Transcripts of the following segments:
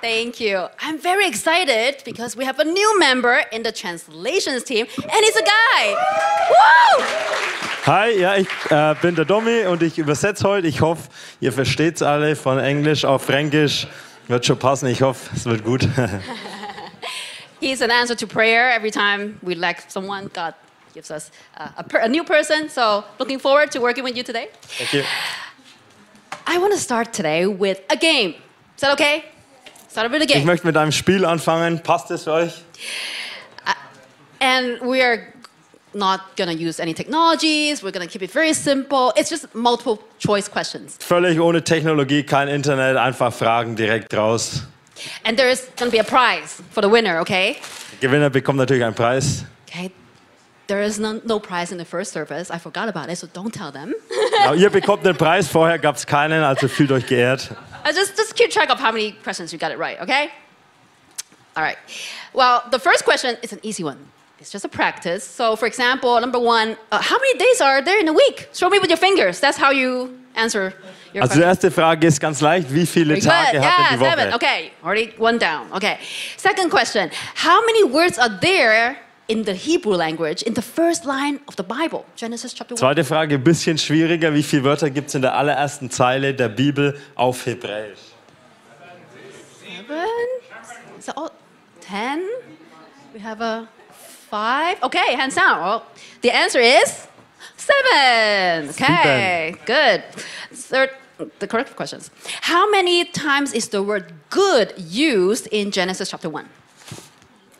Thank you. I'm very excited because we have a new member in the translations team, and he's a guy. Woo! Hi, ja, ich äh, bin der Domi und ich übersetze heute. Ich hoffe, ihr versteht's alle von Englisch auf Fränkisch. Wird schon passen. Ich hoffe, es wird gut. He's an answer to prayer. Every time we lack someone, God gives us uh, a, per- a new person. So, looking forward to working with you today. Thank you. I want to start today with a game. Is that okay? Start with a Ich game. möchte mit einem Spiel anfangen. Passt es für euch? And we are not going to use any technologies. We're going to keep it very simple. It's just multiple choice questions. Völlig ohne Technologie, kein Internet, einfach Fragen direkt raus. And there is going to be a prize for the winner, okay? Der Gewinner bekommt natürlich einen Preis. Okay. There is no, no prize in the first service. I forgot about it, so don't tell them. Aber Genau, ihr bekommt einen Preis. Vorher gab es keinen, also fühlt euch geehrt. I just just keep track of how many questions you got it right, okay? All right. Well, the first question is an easy one. It's just a practice. So, for example, number one, uh, how many days are there in a week? Show me with your fingers. That's how you answer your Also die question. erste Frage ist ganz leicht. Wie viele Very good. Tage hat Yeah, denn die Woche? seven. Okay, already one down. Okay. Second question: How many words are there in the Hebrew language in the first line of the Bible, Genesis chapter one? Zweite Frage, ein bisschen schwieriger. Wie viele Wörter gibt es in der allerersten Zeile der Bibel auf Hebräisch? Seven? Is that all? Ten? We have a five. Okay, hands down. Well, the answer is seven. Okay, good. Third, the correct questions. How many times is the word good used in Genesis chapter 1?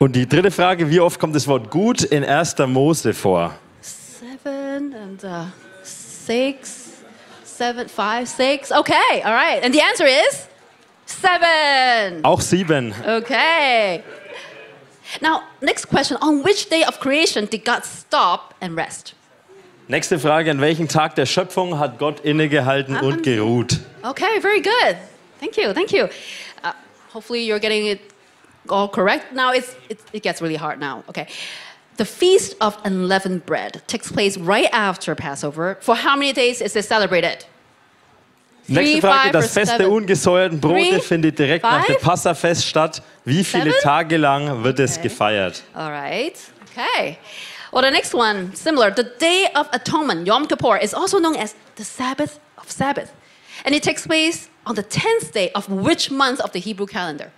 Und die dritte Frage, wie oft kommt das Wort gut in 1. Mose vor? Seven and uh, six, seven, five, six. Okay, all right. And the answer is seven. Auch sieben. Okay. Now, next question. On which day of creation did God stop and rest? Nächste Frage, an welchem Tag der Schöpfung hat Gott innegehalten Ah. und geruht? Okay, very good. Thank you, thank you. Uh, hopefully, you're getting it all correct. Now, it's, it, it gets really hard now. Okay. The Feast of Unleavened Bread takes place right after Passover. For how many days is it celebrated? Nächste Frage, das Fest der ungesäuerten Brote Three, findet direkt nach dem five, Passafest statt. Wie viele seven? Tage lang wird es Okay. gefeiert? All right. Okay. Well, the next one, similar. The Day of Atonement, Yom Kippur, is also known as the Sabbath of Sabbath. And it takes place on the 10th day of which month of the Hebrew calendar?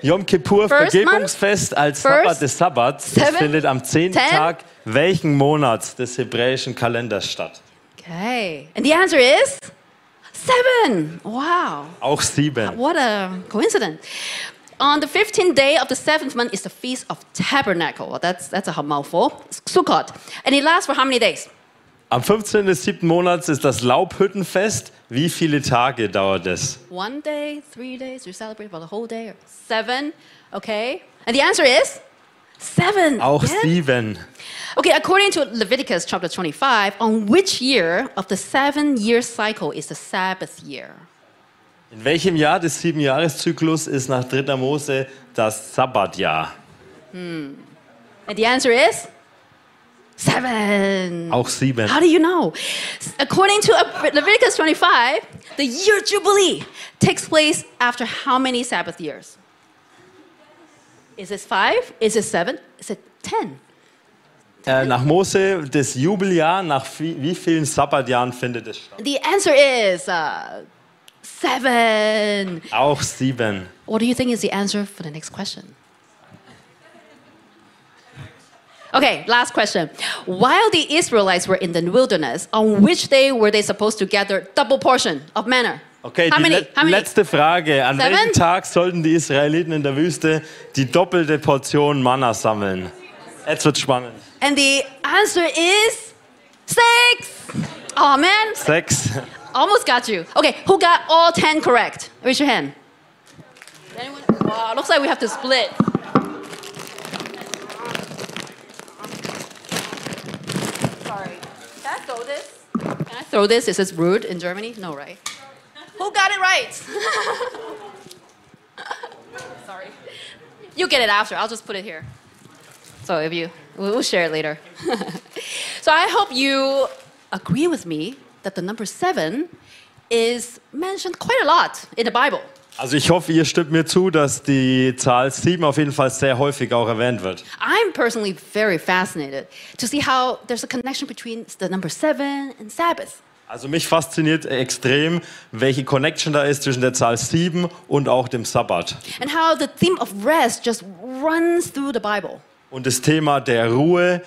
Yom Kippur, First Vergebungsfest als First, Sabbat des Sabbats, das seven, findet am zehnten ten. Tag welchen Monats des hebräischen Kalenders statt? Okay. And the answer is seven. Wow. Auch sieben. What a coincidence. On the 15th day of the seventh month is the Feast of Tabernacle. Well, that's, that's a mouthful. It's Sukkot. And it lasts for how many days? Am 15. des siebten Monats ist das Laubhüttenfest. Wie viele Tage dauert es? one day, three days, you celebrate about the whole day, or seven, okay? And the answer is seven. Auch again? sieben. Okay, according to Leviticus chapter 25, on which year of the seven year cycle is the Sabbath year? In welchem Jahr des Siebenjahreszyklus ist nach 3. Mose das Sabbatjahr? And the answer is seven. Auch sieben. How do you know? S- According to uh, Leviticus 25, the year Jubilee takes place after how many Sabbath years? Is it five? Is it seven? Is it ten? Äh, nach Mose das Jubeljahr, nach vi- wie vielen Sabbatjahren findet es statt? The answer is uh, seven. Auch sieben. What do you think is the answer for the next question? Okay, last question. While the Israelites were in the wilderness, on which day were they supposed to gather double portion of manna? Okay, how die many? let- how many? letzte Frage. An Seven? welchem Tag sollten die Israeliten in der Wüste die doppelte Portion Manna sammeln? Jetzt wird spannend. And the answer is six. Oh man, Sechs. almost got you. Okay, who got all ten correct? Raise your hand. Anyone? Wow, looks like we have to split. Sorry. Can I throw this? Can I throw this? Is this rude in Germany? No, right? Who got it right? Sorry. You get it after. I'll just put it here. So if you, we- we'll share it later. so I hope you agree with me that the number seven is mentioned quite a lot in the Bible. Also ich hoffe, ihr stimmt mir zu, dass die Zahl 7 auf jeden Fall sehr häufig auch erwähnt wird. I'm personally very fascinated to see how there's a connection between the number seven and Sabbath. Also mich fasziniert extrem, welche Connection da ist zwischen der Zahl 7 und auch dem Sabbat. and how the theme of rest just runs through the Bible. Und das Thema der Ruhe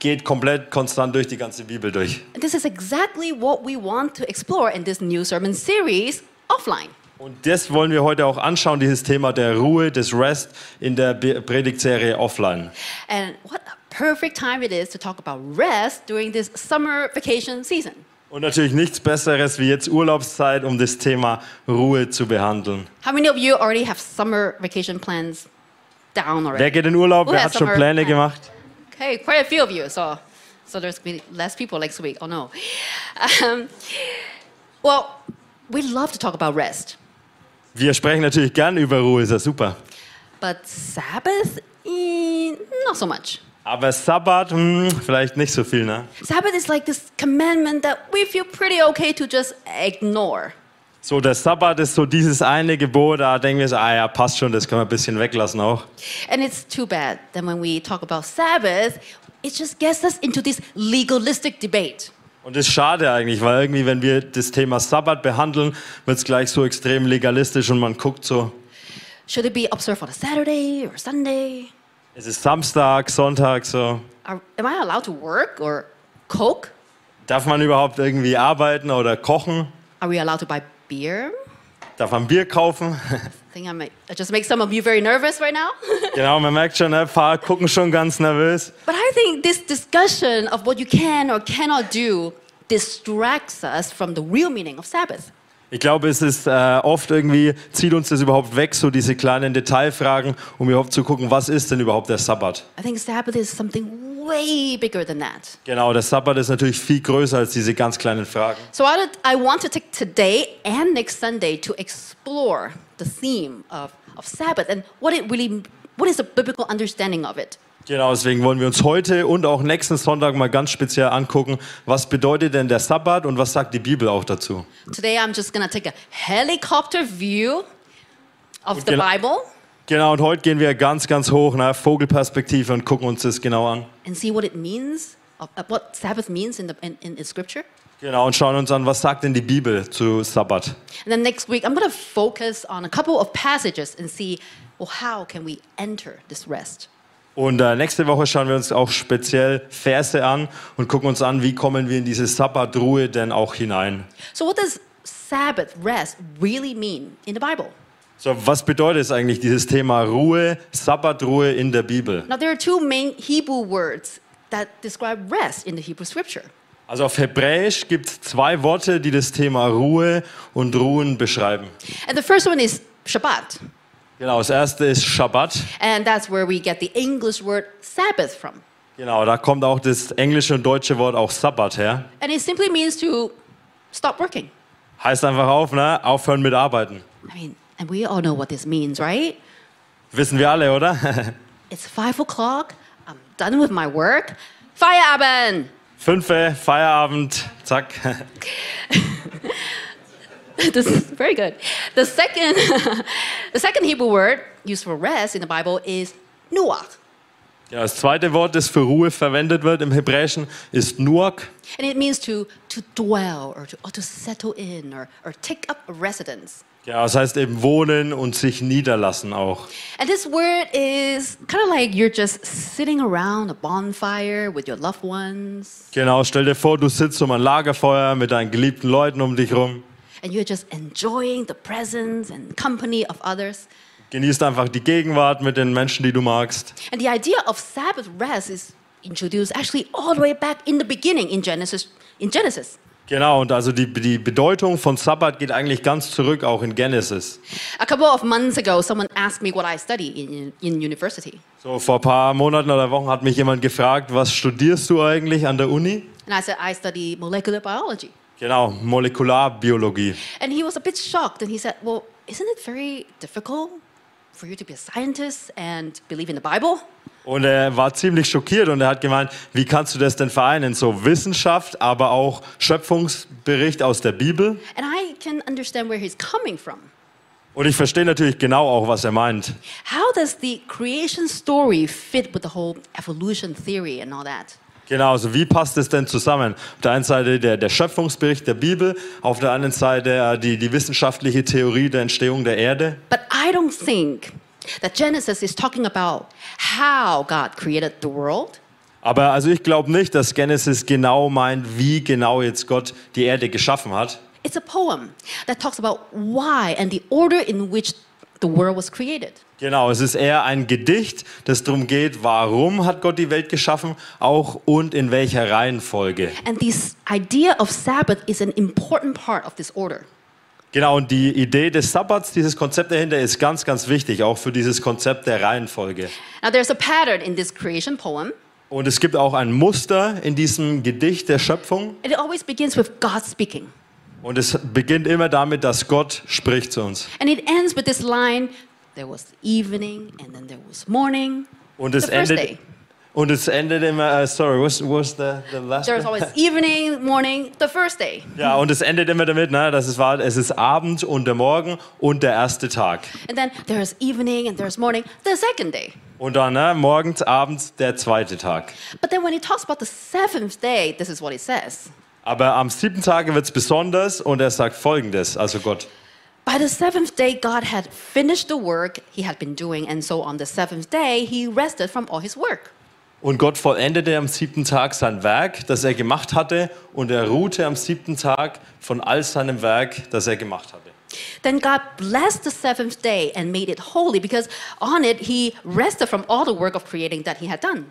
geht komplett konstant durch die ganze Bibel durch. This is exactly what we want to explore in this new sermon series offline. Und das wollen wir heute auch anschauen, dieses Thema der Ruhe, des Rest in der Be- Predigtserie offline. And what a perfect time it is to talk about rest during this summer vacation season. Und natürlich nichts Besseres wie jetzt Urlaubszeit, um das Thema Ruhe zu behandeln. How many of you already have summer vacation plans down Wer already? geht in Urlaub? Woher Wer hat schon Sommer- Pläne gemacht? Okay, quite a few of you. So, so there's gonna be less people next week. Oh no. Um, well, we love to talk about rest, Wir sprechen natürlich gern über Ruhe, ist ja super. but Sabbath, eh, not so much. Aber Sabbat, hm, vielleicht nicht so viel, ne? Sabbath is like this commandment that we feel pretty okay to just ignore. So, der Sabbat ist so dieses eine Gebot, da denken wir so, ah ja, passt schon, das können wir ein bisschen weglassen auch. And it's too bad that when we talk about Sabbath, it just gets us into this legalistic debate. Und das ist schade eigentlich, weil irgendwie, wenn wir das Thema Sabbat behandeln, wird es gleich so extrem legalistisch und man guckt so, Should it be observed on a Saturday or Sunday? es ist Samstag, Sonntag, so. Are, am I allowed to work or coke? Darf man überhaupt irgendwie arbeiten oder kochen? Are we allowed to buy beer? Darf man Bier kaufen? I think I, might, I just make some of you very nervous right now. genau, man merkt schon, ne, ein paar gucken schon ganz nervös. but I think this discussion of what you can or cannot do distracts us from the real meaning of Sabbath. Ich glaube, es ist äh, oft irgendwie, zieht uns das überhaupt weg, so diese kleinen Detailfragen, um überhaupt zu gucken, was ist denn überhaupt der Sabbat? I think Sabbath is something way bigger than that. Genau, der Sabbat ist natürlich viel größer als diese ganz kleinen Fragen. So I, would- I want to take today and next Sunday to explore the theme of, of Sabbath and what it really, what is the biblical understanding of it. Genau, deswegen wollen wir uns heute und auch nächsten Sonntag mal ganz speziell angucken, was bedeutet denn der Sabbat und was sagt die Bibel auch dazu. Today I'm just gonna take a helicopter view of the Okay. Bible Genau, und heute gehen wir ganz, ganz hoch, ne, Vogelperspektive und gucken uns das genau an. and see what it means, of, of what Sabbath means in the in, in, in Scripture. Genau, und schauen uns an, was sagt denn die Bibel zu Sabbat. And then next week I'm gonna focus on a couple of passages and see, well, how can we enter this rest? Und äh, nächste Woche schauen wir uns auch speziell Verse an und gucken uns an, wie kommen wir in diese Sabbatruhe denn auch hinein. So what does Sabbath rest really mean in the Bible? So, was bedeutet es eigentlich, dieses Thema Ruhe, Sabbatruhe in der Bibel? Now, there are two main Hebrew words that describe rest in the Hebrew scripture. Also auf Hebräisch gibt es zwei Worte, die das Thema Ruhe und Ruhen beschreiben. And the first one is Shabbat, Genau, das erste ist Shabbat. and that's where we get the English word Sabbath from. Genau, da kommt auch das englische und deutsche Wort auch Sabbat her. And it simply means to stop working. Heißt einfach auf, ne? Aufhören mit Arbeiten. I mean, and we all know what this means, right? Wissen wir alle, oder? It's five o'clock, I'm done with my work. Feierabend! Fünfe, äh, Feierabend, zack. this is very good. The second, the second Hebrew word used for rest in the Bible is nuach, Genau, das zweite Wort, das für Ruhe verwendet wird im Hebräischen, ist Nuak. And it means to, to dwell or to, or to settle in or, or take up residence. Genau, das heißt eben wohnen und sich niederlassen auch. And this word is kind of like you're just sitting around a bonfire with your loved ones Genau, stell dir vor, du sitzt um ein Lagerfeuer mit deinen geliebten Leuten um dich rum, and you're just enjoying the presence and company of others. genießt einfach die Gegenwart mit den Menschen, die du magst. And the idea of Sabbath rest is introduced actually all the way back in the beginning in Genesis. In Genesis. Genau, und also die, die Bedeutung von Sabbat geht eigentlich ganz zurück, auch in Genesis. A couple of months ago, someone asked me what I study in, in university. So, vor ein paar Monaten oder Wochen hat mich jemand gefragt, was studierst du eigentlich an der Uni? And I said, I study molecular biology. Genau, Molekularbiologie. And he was a bit shocked and he said, Well, isn't it very difficult for you to be a scientist and believe in the Bible? Und er war ziemlich schockiert und er hat gemeint, wie kannst du das denn vereinen? So Wissenschaft, aber auch Schöpfungsbericht aus der Bibel. And I can understand where he's coming from. Und ich verstehe natürlich genau auch, was er meint. How does the creation story fit with the whole evolution theory and all that? Genau, also wie passt es denn zusammen? Auf der einen Seite der, der Schöpfungsbericht der Bibel, auf der anderen Seite äh, die, die wissenschaftliche Theorie der Entstehung der Erde. But I don't think that Genesis is talking about how God created the world. Aber also ich glaube nicht, dass Genesis genau meint, wie genau jetzt Gott die Erde geschaffen hat. It's a poem that talks about why and the order in which the world was created. Genau, es ist eher ein Gedicht, das darum geht, warum hat Gott die Welt geschaffen, auch und in welcher Reihenfolge. And this idea of Sabbath is an important part of this order. Genau, und die Idee des Sabbats, dieses Konzept dahinter ist ganz, ganz wichtig, auch für dieses Konzept der Reihenfolge. Now, there's a pattern in this creation poem, Und es gibt auch ein Muster in diesem Gedicht der Schöpfung. and it always begins with God speaking. Und es beginnt immer damit, dass Gott spricht zu uns. And it ends with this line there was evening, and then there was morning. Und es the first endet, day. und es endet immer, äh, sorry, was, was the, the last There's always evening, morning, the first day. Ja, und es endet immer damit, ne, dass es war, es ist Abend und der Morgen und der erste Tag. And then there's evening and there's morning, the second day. Und dann ne, morgens, abends der zweite Tag. But then when it talks about the seventh day, this is what it says. Aber am siebten Tage wird es besonders und er sagt folgendes, also Gott. By the seventh day, God had finished the work he had been doing, and so on the seventh day, he rested from all his work. Und Gott vollendete am siebten Tag sein Werk, das er gemacht hatte, und er ruhte am siebten Tag von all seinem Werk, das er gemacht hatte. Then God blessed the seventh day and made it holy because on it he rested from all the work of creating that he had done.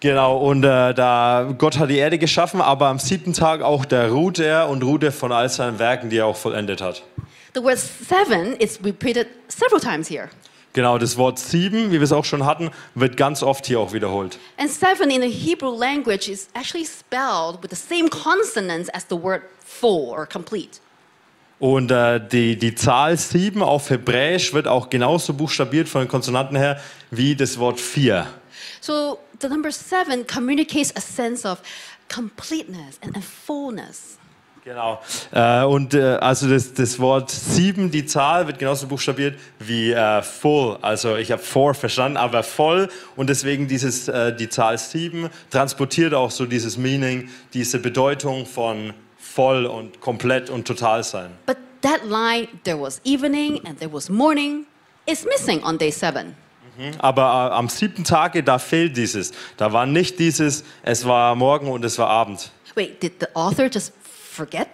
Genau, und äh, da Gott hat die Erde geschaffen, aber am siebten Tag auch, da ruht er und ruhte von all seinen Werken, die er auch vollendet hat. The word seven is repeated several times here. Genau, das Wort sieben, wie wir es auch schon hatten, wird ganz oft hier auch wiederholt. And seven in the Hebrew language is actually spelled with the same consonants as the word full or complete. Und äh, die, die Zahl sieben auf Hebräisch wird auch genauso buchstabiert von den Konsonanten her wie das Wort vier. So the number seven communicates a sense of completeness and, and fullness. Genau. Äh, und äh, also das, das Wort sieben, die Zahl, wird genauso buchstabiert wie äh, full. Also ich habe four verstanden, aber voll. Und deswegen dieses, äh, die Zahl sieben transportiert auch so dieses Meaning, diese Bedeutung von voll und komplett und total sein. But that line, there was evening and there was morning, is missing on day seven. Aber äh, am siebten Tage, da fehlt dieses. Da war nicht dieses, es war morgen und es war Abend. Wait, did the author just forget?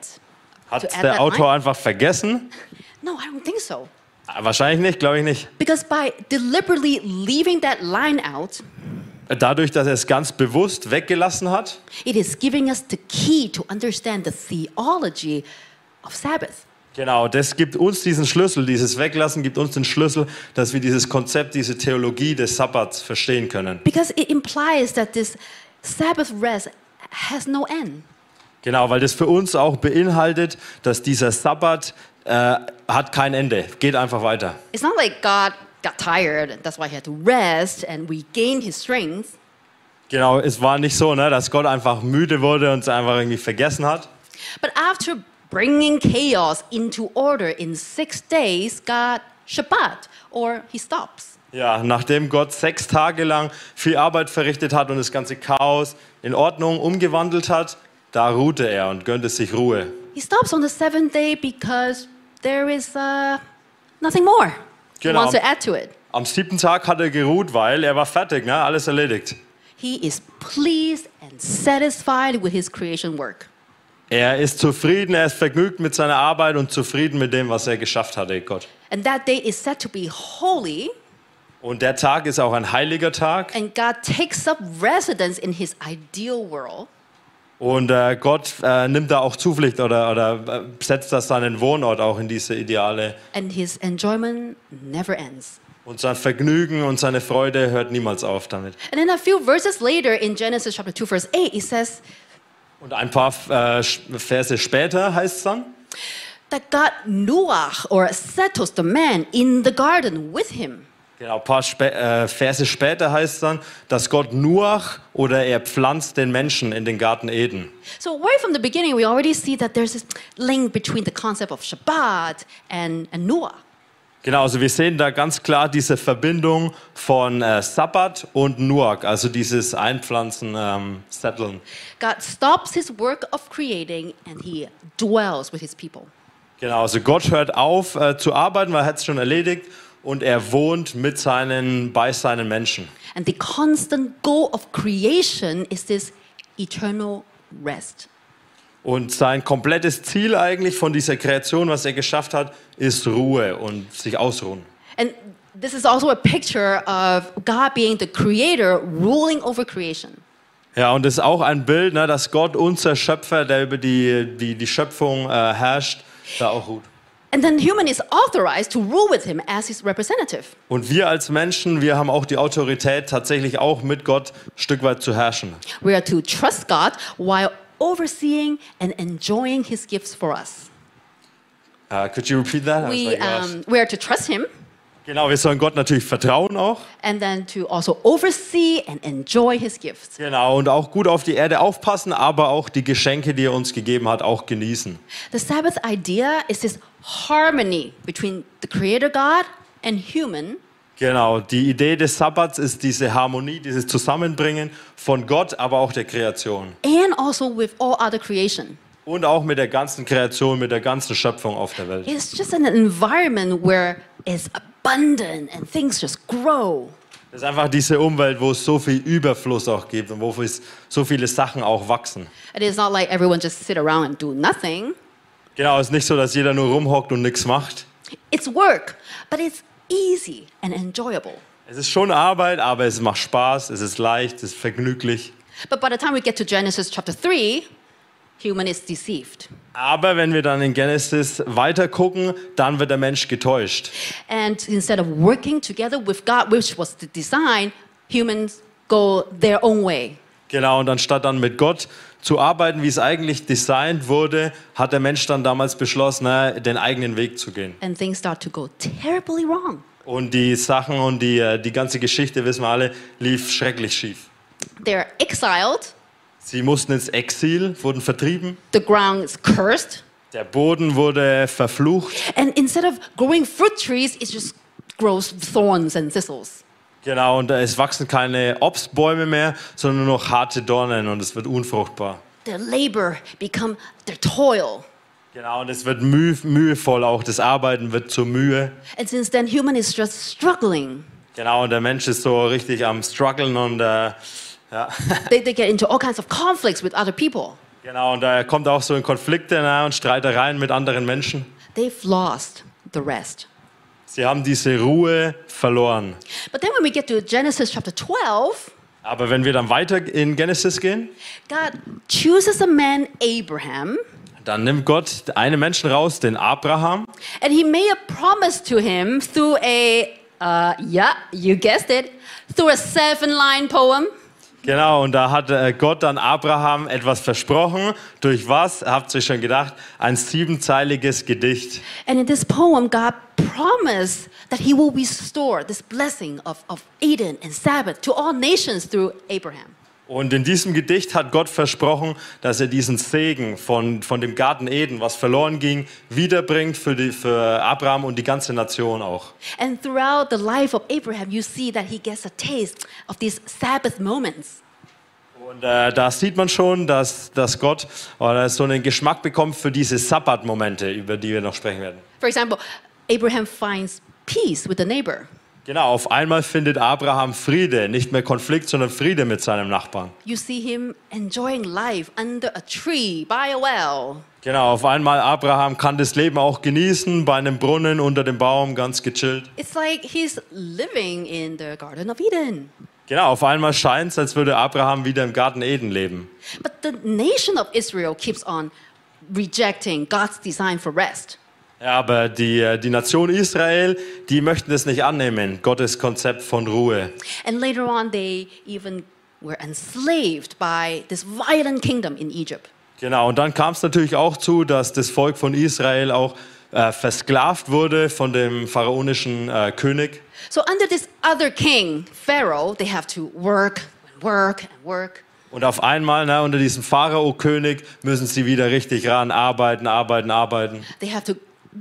Hat To add that der Autor einfach vergessen? No, I don't think so. Äh, Wahrscheinlich nicht, glaube ich nicht. Because by deliberately leaving that line out, Dadurch, dass er es ganz bewusst weggelassen hat, it is giving us the key to understand the theology of Sabbath. Genau, das gibt uns diesen Schlüssel, dieses Weglassen gibt uns den Schlüssel, dass wir dieses Konzept, diese Theologie des Sabbats verstehen können. Because it implies that this Sabbath rest has no end. Genau, weil das für uns auch beinhaltet, dass dieser Sabbat äh, hat kein Ende, geht einfach weiter. It's not like God got tired and that's why he had to rest and regain his strength. Genau, es war nicht so, ne, dass Gott einfach müde wurde und es einfach irgendwie vergessen hat. But after bringing chaos into order in six days, God Shabbat or he stops. Ja, nachdem Gott sechs Tage lang viel Arbeit verrichtet hat und das ganze Chaos in Ordnung umgewandelt hat, da ruhte er und gönnte sich Ruhe. He stops on the seventh day because there is uh, nothing more. He Get wants on. to add to it. Am siebten Tag hat er geruht, weil er war fertig, ne, alles erledigt. He is pleased and satisfied with his creation work. Er ist zufrieden, er ist vergnügt mit seiner Arbeit und zufrieden mit dem, was er geschafft hatte, Gott. And that day is said to be holy, Und der Tag ist auch ein heiliger Tag and God takes up residence in his ideal world. und äh, Gott äh, nimmt da auch Zuflucht oder, oder äh, setzt das seinen Wohnort auch in diese Ideale. and his enjoyment never ends. Und sein Vergnügen und seine Freude hört niemals auf damit. And then a few verses later in Genesis chapter 2 verse 8 it says Und ein paar äh, Sch- Verse später heißt es dann, that God Noah or settles the man in the garden with him. Genau, ein paar Spä äh, Verse später heißt dann, dass Gott Noach oder er pflanzt den Menschen in den Garten Eden. So way from the beginning, we already see that there's this link between the concept of Shabbat and, and Noah. Genau, also wir sehen da ganz klar diese Verbindung von äh, Sabbat und Noach, also dieses Einpflanzen, ähm, Settlen. God stops his work of creating and he dwells with his people. Genau, also Gott hört auf äh, zu arbeiten, weil er hat es schon erledigt und er wohnt mit seinen, bei seinen Menschen. And the constant goal of creation is this eternal rest. Und sein komplettes Ziel eigentlich von dieser Kreation, was er geschafft hat, ist Ruhe und sich ausruhen. And this is also a picture of God being the creator ruling over creation. Ja, und das ist auch ein Bild, ne, dass Gott, unser Schöpfer, der über die, die, die Schöpfung äh, herrscht, da auch ruht. And then human is authorized to rule with him as his representative. Und wir als Menschen, wir haben auch die Autorität, tatsächlich auch mit Gott ein Stück weit zu herrschen. We are to trust God while overseeing and enjoying his gifts for us. Uh, could you repeat that? I was We, like, was- um, we are to trust him genau, wir sollen Gott natürlich vertrauen auch. and then to also oversee and enjoy his gifts. Genau, und auch gut auf die Erde aufpassen, aber auch die Geschenke, die er uns gegeben hat, auch genießen. The Sabbath idea is this harmony between the creator God and human Genau, die Idee des Sabbats ist diese Harmonie, dieses Zusammenbringen von Gott, aber auch der Kreation. and also with all other creation. Und auch mit der ganzen Kreation, mit der ganzen Schöpfung auf der Welt. It's just an environment where it's abundant and things just grow. Das ist einfach diese Umwelt, wo es so viel Überfluss auch gibt und wo es so viele Sachen auch wachsen. And it's not like everyone just sit around and do nothing. Genau, es ist nicht so, dass jeder nur rumhockt und nichts macht. It's work, but it's easy and enjoyable. Es ist schon Arbeit, aber es macht Spaß, es ist leicht, es ist vergnüglich. But by the time we get to Genesis chapter 3, human is deceived. Aber wenn wir dann in Genesis weiter gucken, dann wird der Mensch getäuscht. And instead of working together with God, which was the design, humans go their own way. Genau, und anstatt dann mit Gott zu arbeiten, wie es eigentlich designt wurde, hat der Mensch dann damals beschlossen, na, den eigenen Weg zu gehen. And things start to go terribly wrong. Und die Sachen und die, äh, die ganze Geschichte, wissen wir alle, lief schrecklich schief. They're exiled, Sie mussten ins Exil, wurden vertrieben, the ground is cursed, der Boden wurde verflucht. and instead of growing fruit trees, it just grows thorns and thistles. Genau, und äh, es wachsen keine Obstbäume mehr, sondern nur noch harte Dornen und es wird unfruchtbar. Their labor become their toil. Genau, und es wird müh mühevoll auch, das Arbeiten wird zur Mühe. And since then, human is just struggling. Genau, und der Mensch ist so richtig am struggeln und äh, They, they get into all kinds of conflicts with other people. Genau, und da kommt auch so in Konflikte ne, und Streitereien mit anderen Menschen. They've lost the rest. Sie haben diese Ruhe verloren. But then when we get to Genesis chapter 12, Aber wenn wir dann weiter in Genesis gehen, God chooses a man, Abraham, dann nimmt Gott einen Menschen raus, den Abraham. and he made a promise to him through a, uh, yeah, you guessed it, through a seven line poem. Genau, und da hat äh, Gott dann Abraham etwas versprochen. Durch was? Habt ihr euch schon gedacht? Ein siebenzeiliges Gedicht. And in this poem, God promised that he will restore this blessing of, of Eden and Sabbath to all nations through Abraham. Und in diesem Gedicht hat Gott versprochen, dass er diesen Segen von, von dem Garten Eden, was verloren ging, wiederbringt für, die, für Abraham und die ganze Nation auch. And throughout the life of Abraham, you see that he gets a taste of these Sabbath moments. Und äh, da sieht man schon, dass, dass Gott oder so einen Geschmack bekommt für diese Sabbatmomente, über die wir noch sprechen werden. For example, Abraham finds peace with the neighbor. Genau, auf einmal findet Abraham Friede, nicht mehr Konflikt, sondern Friede mit seinem Nachbarn. You see him enjoying life under a tree by a well. Genau, auf einmal Abraham kann das Leben auch genießen, bei einem Brunnen unter dem Baum, ganz gechillt. It's like he's living in the Garden of Eden. Genau, auf einmal scheint es, als würde Abraham wieder im Garten Eden leben. But the nation of Israel keeps on rejecting God's design for rest. Ja, aber die, äh, die Nation Israel, die möchten das nicht annehmen, Gottes Konzept von Ruhe. And later on, they even were enslaved by this violent kingdom in Egypt. Genau, und dann kam es natürlich auch zu, dass das Volk von Israel auch äh, versklavt wurde von dem pharaonischen äh, König. So under this other king, Pharaoh, they have to work, and work, and work. Und auf einmal, ne, unter diesem Pharao-König, müssen sie wieder richtig ran, arbeiten, arbeiten, arbeiten. They have to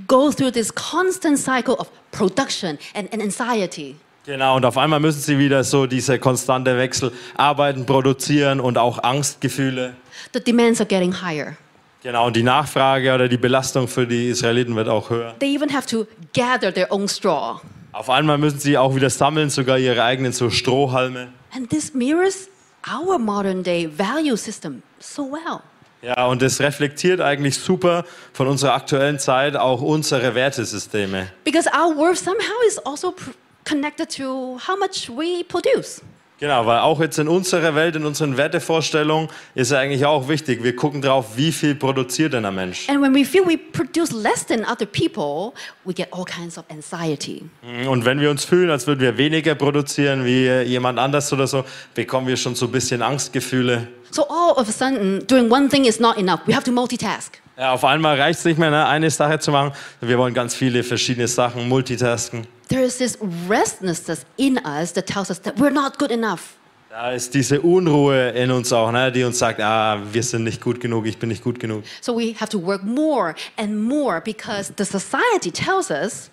go through this constant cycle of production and, and anxiety. Genau, und auf einmal müssen sie wieder so diese konstante Wechsel arbeiten, produzieren und auch Angstgefühle. The demands are getting higher. Genau, und die Nachfrage oder die Belastung für die Israeliten wird auch höher. They even have to gather their own straw. Auf einmal müssen sie auch wieder sammeln, sogar ihre eigenen so Strohhalme. And this mirrors our modern day value system so well. Ja, und das reflektiert eigentlich super von unserer aktuellen Zeit auch unsere Wertesysteme. Because our worth somehow is also pr- connected to how much we produce. Genau, weil auch jetzt in unserer Welt, in unseren Wertevorstellungen ist ja eigentlich auch wichtig. Wir gucken drauf, wie viel produziert denn ein Mensch? And when we feel we produce less than other people, we get all kinds of anxiety. Und wenn wir uns fühlen, als würden wir weniger produzieren wie jemand anders oder so, bekommen wir schon so ein bisschen Angstgefühle. So all of a sudden, doing one thing is not enough. We have to multitask. Ja, auf einmal reicht es nicht mehr, ne, eine Sache zu machen. Wir wollen ganz viele verschiedene Sachen multitasken. There is this restlessness in us that tells us that we're not good enough. Da ist diese Unruhe in uns auch, ne, die uns sagt, ah, wir sind nicht gut genug, ich bin nicht gut genug. So we have to work more and more because the society tells us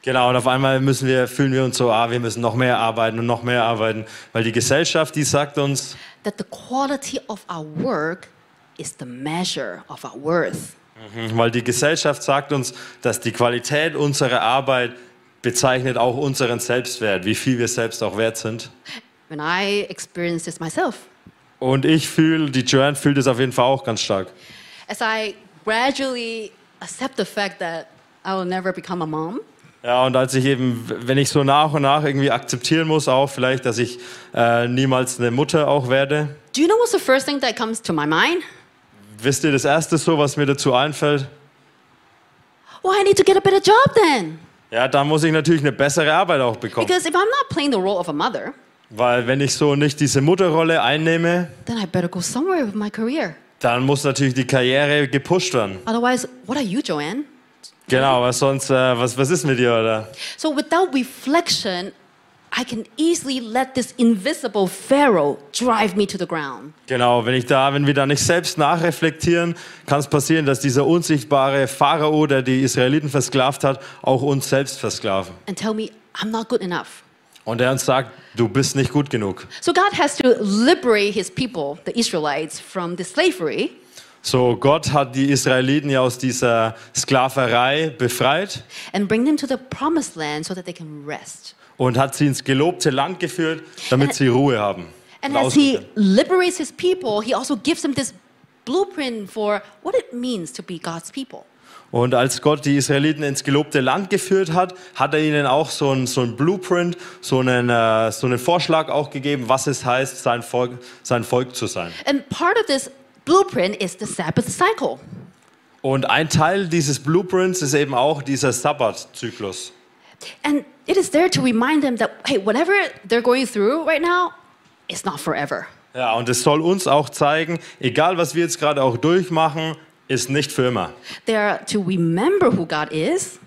Genau, und auf einmal müssen wir, fühlen wir uns so, ah, wir müssen noch mehr arbeiten und noch mehr arbeiten, weil die Gesellschaft, die sagt uns, that the quality of our work is the measure of our worth. mhm, weil die Gesellschaft sagt uns, dass die Qualität unserer Arbeit bezeichnet auch unseren Selbstwert, wie viel wir selbst auch wert sind. When I experienced this myself, Und ich fühle, die Joanne fühlt es auf jeden Fall auch ganz stark. as I gradually accept the fact that I will never become a mom, Ja, und als ich eben, wenn ich so nach und nach irgendwie akzeptieren muss, auch vielleicht, dass ich äh, niemals eine Mutter auch werde, do you know what's the first thing that comes to my mind? wisst ihr das Erste so, was mir dazu einfällt? Well, I need to get a better job then. Ja, da muss ich natürlich eine bessere Arbeit auch bekommen. Because if I'm not playing the role of a mother, Weil wenn ich so nicht diese Mutterrolle einnehme, then I better go somewhere with my career. dann muss natürlich die Karriere gepusht werden. Otherwise, what are you, Joanne? Genau, was sonst, äh, was, was ist mit dir, oder? So without reflection, I can easily let this invisible Pharaoh drive me to the ground. Genau, wenn ich da, wenn wir da nicht selbst nachreflektieren, kann es passieren, dass dieser unsichtbare Pharao, der die Israeliten versklavt hat, auch uns selbst versklaven. and tell me I'm not good enough. Und er uns sagt, du bist nicht gut genug. So God has to liberate his people, the Israelites, from the slavery. So, Gott hat die Israeliten ja aus dieser Sklaverei befreit And bring them to the promised land so that they can rest. und hat sie ins gelobte Land geführt, damit sie Ruhe haben. And und as He ausruhen können. liberates His people, He also gives them this blueprint for what it means to be God's people. Und als Gott die Israeliten ins gelobte Land geführt hat, hat er ihnen auch so einen so ein Blueprint, so einen, äh, so einen Vorschlag auch gegeben, was es heißt, sein Volk, sein Volk zu sein. And part of this blueprint is the Sabbath cycle. Und ein Teil dieses Blueprints ist eben auch dieser Sabbatzyklus. And it is there to remind them that, hey, whatever they're going through right now, it's not forever. Ja, und es soll uns auch zeigen, egal was wir jetzt gerade auch durchmachen, ist nicht für immer. They are to remember who God is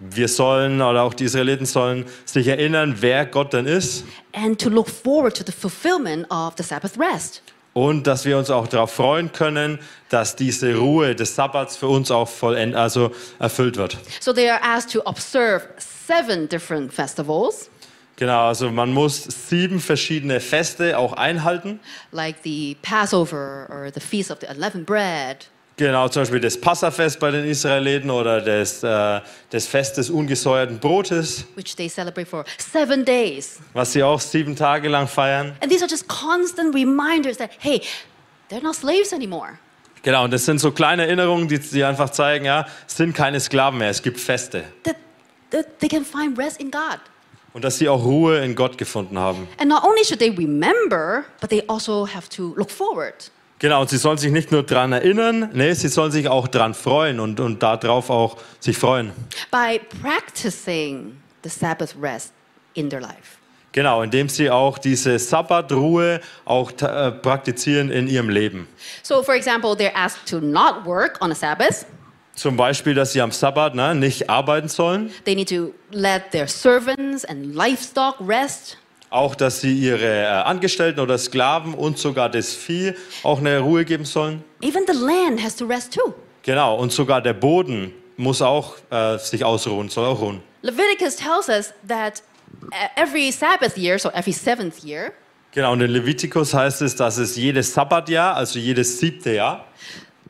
Wir sollen oder auch die Israeliten sollen sich erinnern, wer Gott denn ist and to look forward to the fulfillment of the Sabbath rest. und dass wir uns auch darauf freuen können, dass diese Ruhe des Sabbats für uns auch vollend, also erfüllt wird. So they are asked to observe seven different festivals, Genau, also man muss sieben verschiedene Feste auch einhalten. like the Passover or the Feast of the Unleavened Bread, Genau, zum Beispiel das Passafest bei den Israeliten oder das, äh, das Fest des ungesäuerten Brotes, which they celebrate for seven days. was sie auch sieben Tage lang feiern. And these are just constant reminders that, hey, they're not slaves anymore. Genau, und das sind so kleine Erinnerungen, die, die einfach zeigen, ja, es sind keine Sklaven mehr, es gibt Feste. That, that they can find rest in God. Und dass sie auch Ruhe in Gott gefunden haben. And not only should they remember, but they also have to look forward. Genau, und sie sollen sich nicht nur dran erinnern, nee, sie sollen sich auch dran freuen und, und darauf auch sich freuen. by practicing the Sabbath rest in their life. Genau, indem sie auch diese Sabbatruhe auch ta- äh, praktizieren in ihrem Leben. So, for example, they're asked to not work on a Sabbath, Zum Beispiel, dass sie am Sabbat ne, nicht arbeiten sollen. They need to let their servants and livestock rest. Auch, dass sie ihre äh, Angestellten oder Sklaven und sogar das Vieh auch eine Ruhe geben sollen. Even the land has to rest too. Genau, und sogar der Boden muss auch äh, sich ausruhen, soll auch ruhen. Leviticus tells us that uh, every Sabbath year, so every seventh year, Genau, und in Levitikus heißt es, dass es jedes Sabbatjahr, also jedes siebte Jahr,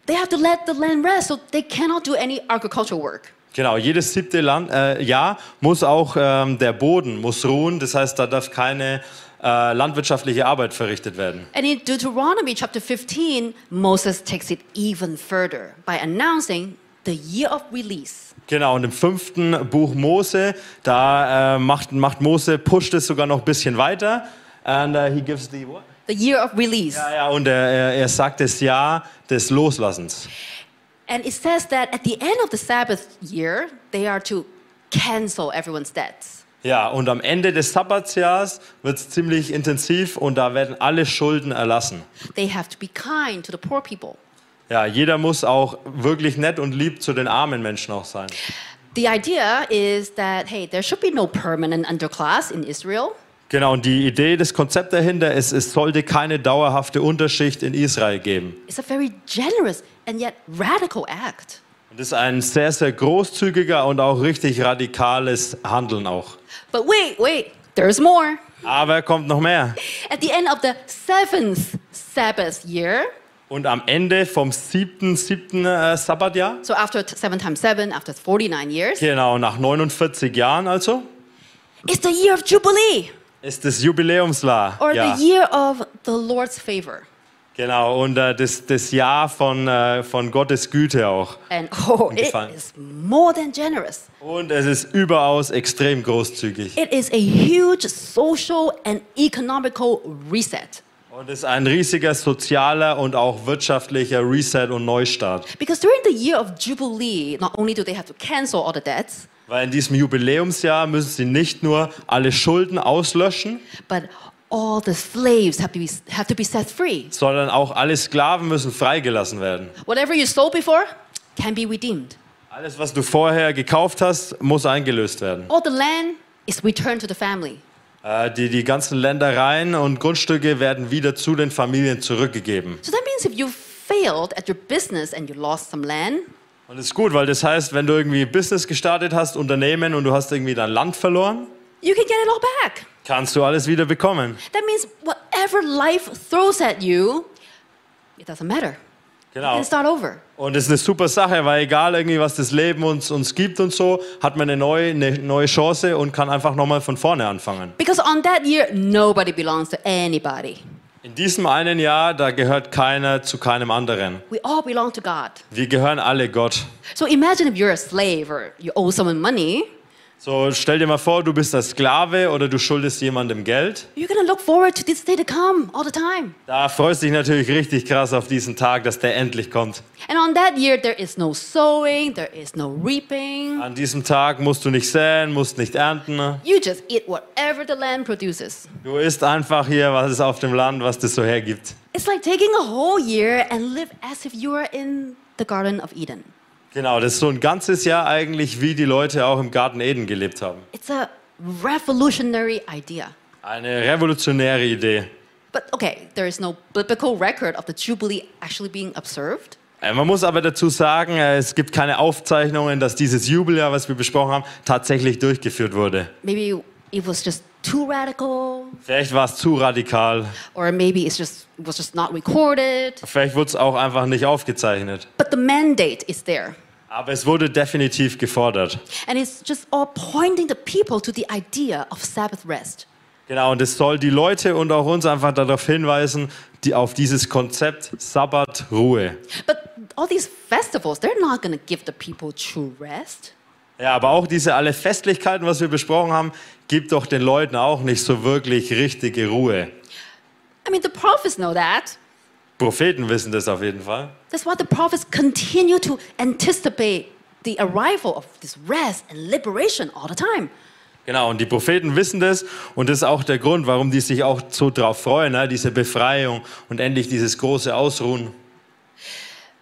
they have to let the land rest, so they cannot do any agricultural work. genau, jedes siebte Land, äh, Jahr muss auch ähm, der Boden muss ruhen. Das heißt, da darf keine äh, landwirtschaftliche Arbeit verrichtet werden. And in Deuteronomy chapter 15, Moses takes it even further by announcing the year of release. Genau, und im fünften Buch Mose, da äh, macht, macht Mose, pusht es sogar noch ein bisschen weiter. And äh, he gives the what? The year of release. Ja, ja, und er, er, er sagt das Jahr des Loslassens. And it says that at the end of the Sabbath year, they are to cancel everyone's debts. Ja, und am Ende des Sabbatsjahrs wird es ziemlich intensiv und da werden alle Schulden erlassen. They have to be kind to the poor people. Ja, jeder muss auch wirklich nett und lieb zu den armen Menschen auch sein. The idea is that, hey, there should be no permanent underclass in Israel. Genau, und die Idee, das Konzept dahinter ist, es sollte keine dauerhafte Unterschicht in Israel geben. It's a very generous and yet radical act. Und das ist ein sehr, sehr großzügiger und auch richtig radikales Handeln auch. But wait, wait, there's more. Aber kommt noch mehr. At the end of the seventh Sabbath year, Und am Ende vom siebten, siebten äh, Sabbatjahr, so after t- seven times seven, after 49 years, genau, nach 49 Jahren also, it's the year of Jubilee ist das Jubiläumsjahr. or the year of the Lord's favor. Genau, und äh, das, das Jahr von, äh, von Gottes Güte auch. And oh, it Gefallen. is more than generous. Und es ist überaus extrem großzügig. It is a huge social and economical reset Und es ist ein riesiger sozialer und auch wirtschaftlicher Reset und Neustart. because during the year of Jubilee, not only do they have to cancel all the debts, Weil in diesem Jubiläumsjahr müssen sie nicht nur alle Schulden auslöschen, but all the slaves have to be, have to be set free. sondern auch alle Sklaven müssen freigelassen werden. Whatever you sold before can be redeemed. Alles, was du vorher gekauft hast, muss eingelöst werden. All the land is returned to the family. Äh, die, die ganzen Ländereien und Grundstücke werden wieder zu den Familien zurückgegeben. So that means if you failed at your business and you lost some land, Und das ist gut, weil das heißt, wenn du irgendwie Business gestartet hast, Unternehmen und du hast irgendwie dein Land verloren, you can get it all back. kannst du alles wieder bekommen. That means whatever life throws at you, it doesn't matter. You Genau. can start over. Und das ist eine super Sache, weil egal irgendwie, was das Leben uns, uns gibt und so, hat man eine neue, eine neue Chance und kann einfach nochmal von vorne anfangen. Because on that year, nobody belongs to anybody. In diesem einen Jahr, da gehört keiner zu keinem anderen. We all belong to God. Wir gehören alle Gott. So imagine if you're a slave or you owe someone money, So, stell dir mal vor, du bist der Sklave oder du schuldest jemandem Geld. you're gonna look forward to this day to come all the time. Da freust du dich natürlich richtig krass auf diesen Tag, dass der endlich kommt. And on that year, there is no sowing, there is no reaping. An diesem Tag musst du nicht säen, musst nicht ernten. You just eat whatever the land produces. Du isst einfach hier, was es auf dem Land, was das so hergibt. It's like taking a whole year and live as if you are in the Garden of Eden. Genau, das ist so ein ganzes Jahr eigentlich, wie die Leute auch im Garten Eden gelebt haben. It's a revolutionary idea. Eine revolutionäre Idee. But okay, there is no biblical record of the Jubilee actually being observed. Äh, Man muss aber dazu sagen, äh, es gibt keine Aufzeichnungen, dass dieses Jubeljahr, was wir besprochen haben, tatsächlich durchgeführt wurde. Maybe it was just too radical, Vielleicht war es zu radikal. or maybe it's just it was just not recorded. Vielleicht wurde es auch einfach nicht aufgezeichnet. But the mandate is there. Aber es wurde definitiv gefordert. And it's just all pointing the people to the idea of Sabbath rest. Genau, und es soll die Leute und auch uns einfach darauf hinweisen, die auf dieses Konzept Sabbat Ruhe. But all these festivals, they're not going to give the people true rest. Ja, aber auch diese alle Festlichkeiten, was wir besprochen haben, gibt doch den Leuten auch nicht so wirklich richtige Ruhe. I mean, the prophets know that. Propheten wissen das auf jeden Fall. That's why the prophets continue to anticipate the arrival of this rest and liberation all the time. Genau, und die Propheten wissen das und das ist auch der Grund, warum die sich auch so drauf freuen, ne? diese Befreiung und endlich dieses große Ausruhen.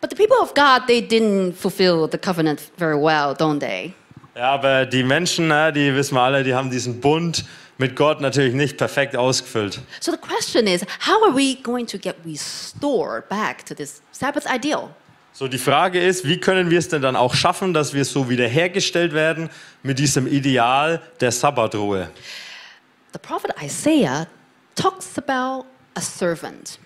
But the people of God, they didn't fulfill the covenant very well, don't they? Ja, aber die Menschen, ne, die wissen wir alle, die haben diesen Bund mit Gott natürlich nicht perfekt ausgefüllt. So the question is, how are we going to get restored back to this Sabbath ideal? So, die Frage ist, wie können wir es denn dann auch schaffen, dass wir so wiederhergestellt werden mit diesem Ideal der Sabbatruhe? The prophet Isaiah talks about a servant.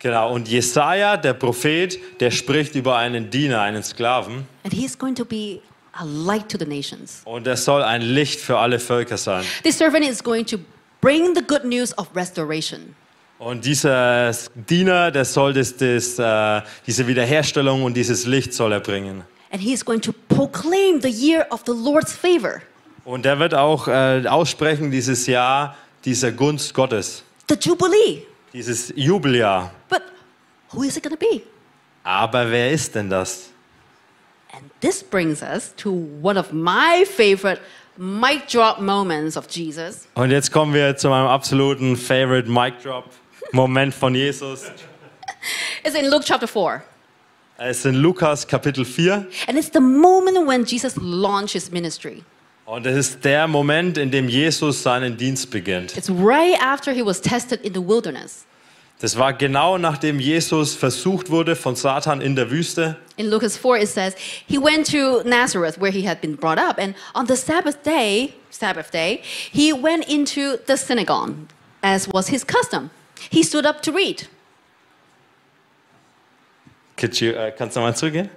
Genau, und Jesaja, der Prophet, der spricht über einen Diener, einen Sklaven. and he's going to be a light to the nations. Und er soll ein Licht für alle Völker sein. This servant is going to bring the good news of restoration. Und dieser Diener, der soll das, das, äh, diese Wiederherstellung und dieses Licht soll er bringen. And he is going to proclaim the year of the Lord's favor, Und er wird auch äh, aussprechen dieses Jahr dieser Gunst Gottes, the Jubilee. dieses Jubeljahr. But who is it going to be? Aber wer ist denn das? And this brings us to one of my favorite mic drop moments of Jesus. Und jetzt kommen wir zu meinem absoluten Favorite Mic Drop Moment von Jesus. It's in Luke chapter 4. Es ist in Lukas Kapitel 4 And it's the moment when Jesus launched his ministry. und es ist der Moment, in dem Jesus seinen Dienst beginnt. It's right after he was tested in the wilderness. Das war genau nachdem Jesus versucht wurde von Satan in der Wüste. In Lucas 4, it says, He went to Nazareth where he had been brought up, and on the Sabbath day, Sabbath day, he went into the synagogue, as was his custom. He stood up to read. Could you, äh, kannst du nochmal zurückgehen?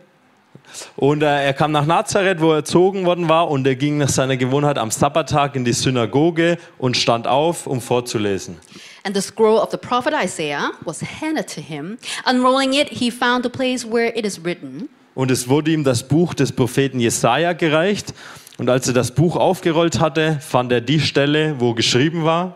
Und äh, er kam nach Nazareth, wo er erzogen worden war, und er ging nach seiner Gewohnheit am Sabbattag in die Synagoge und stand auf, um vorzulesen. And the scroll of the prophet Isaiah was handed to him. Unrolling it, he found the place where it is written, Und es wurde ihm das Buch des Propheten Jesaja gereicht. Und als er das Buch aufgerollt hatte, fand er die Stelle, wo geschrieben war: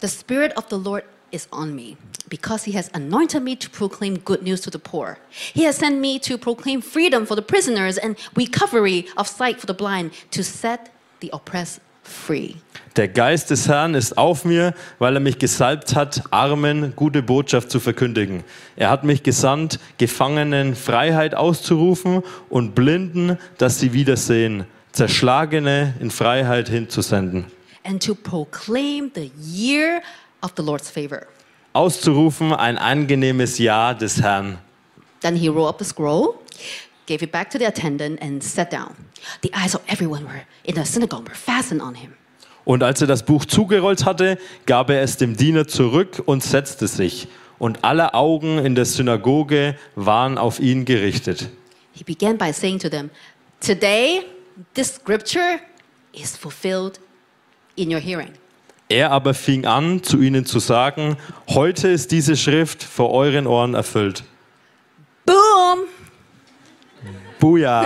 The Spirit of the Lord is on me, because he has anointed me to proclaim good news to the poor. He has sent me to proclaim freedom for the prisoners and recovery of sight for the blind, to set the oppressed free. Der Geist des Herrn ist auf mir, weil er mich gesalbt hat, Armen gute Botschaft zu verkündigen. Er hat mich gesandt, Gefangenen Freiheit auszurufen und Blinden, dass sie wiedersehen, Zerschlagene in Freiheit hinzusenden. And to proclaim the year of the Lord's favor. Auszurufen ein angenehmes Ja des Herrn. Then he rolled up the scroll, gave it back to the attendant, and sat down. The eyes of everyone were in the synagogue were fastened on him. Und als er das Buch zugerollt hatte, gab er es dem Diener zurück und setzte sich. Und alle Augen in der Synagoge waren auf ihn gerichtet. He began by saying to them, Today, this scripture is fulfilled in your hearing. Er aber fing an, zu ihnen zu sagen, heute ist diese Schrift vor euren Ohren erfüllt. Boom! Buja!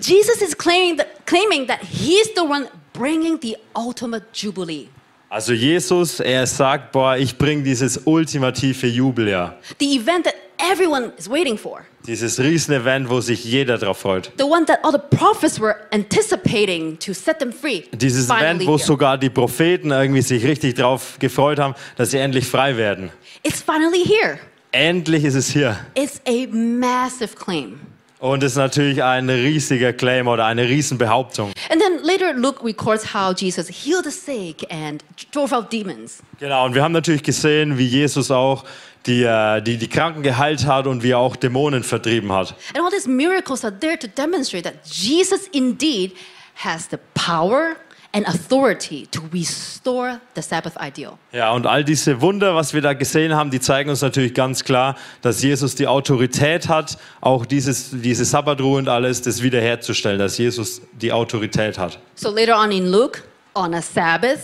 Jesus is claiming that, claiming that he's the one bringing the ultimate jubilee, Also Jesus, er sagt, boah, ich bringe dieses ultimative Jubeljahr. the event that everyone is waiting for, Dieses Riesenevent, wo sich jeder drauf freut. the one that all the prophets were anticipating to set them free. Dieses Event, Finally wo here. sogar die Propheten irgendwie sich richtig drauf gefreut haben, dass sie endlich frei werden. It's finally here. Endlich ist es hier. It's a massive claim. Und es ist natürlich ein riesiger Claim oder eine Riesenbehauptung. And then later, Luke records how Jesus healed the sick and drove out demons. Genau, und wir haben natürlich gesehen, wie Jesus auch die, äh, die, die Kranken geheilt hat und wie er auch Dämonen vertrieben hat. And all these miracles are there to demonstrate that Jesus indeed has the power and authority to restore the Sabbath ideal. Ja, und all diese Wunder, was wir da gesehen haben, die zeigen uns natürlich ganz klar, dass Jesus die Autorität hat, auch dieses, diese Sabbatruhe und alles, das wiederherzustellen, dass Jesus die Autorität hat. So later on in Luke, on a Sabbath,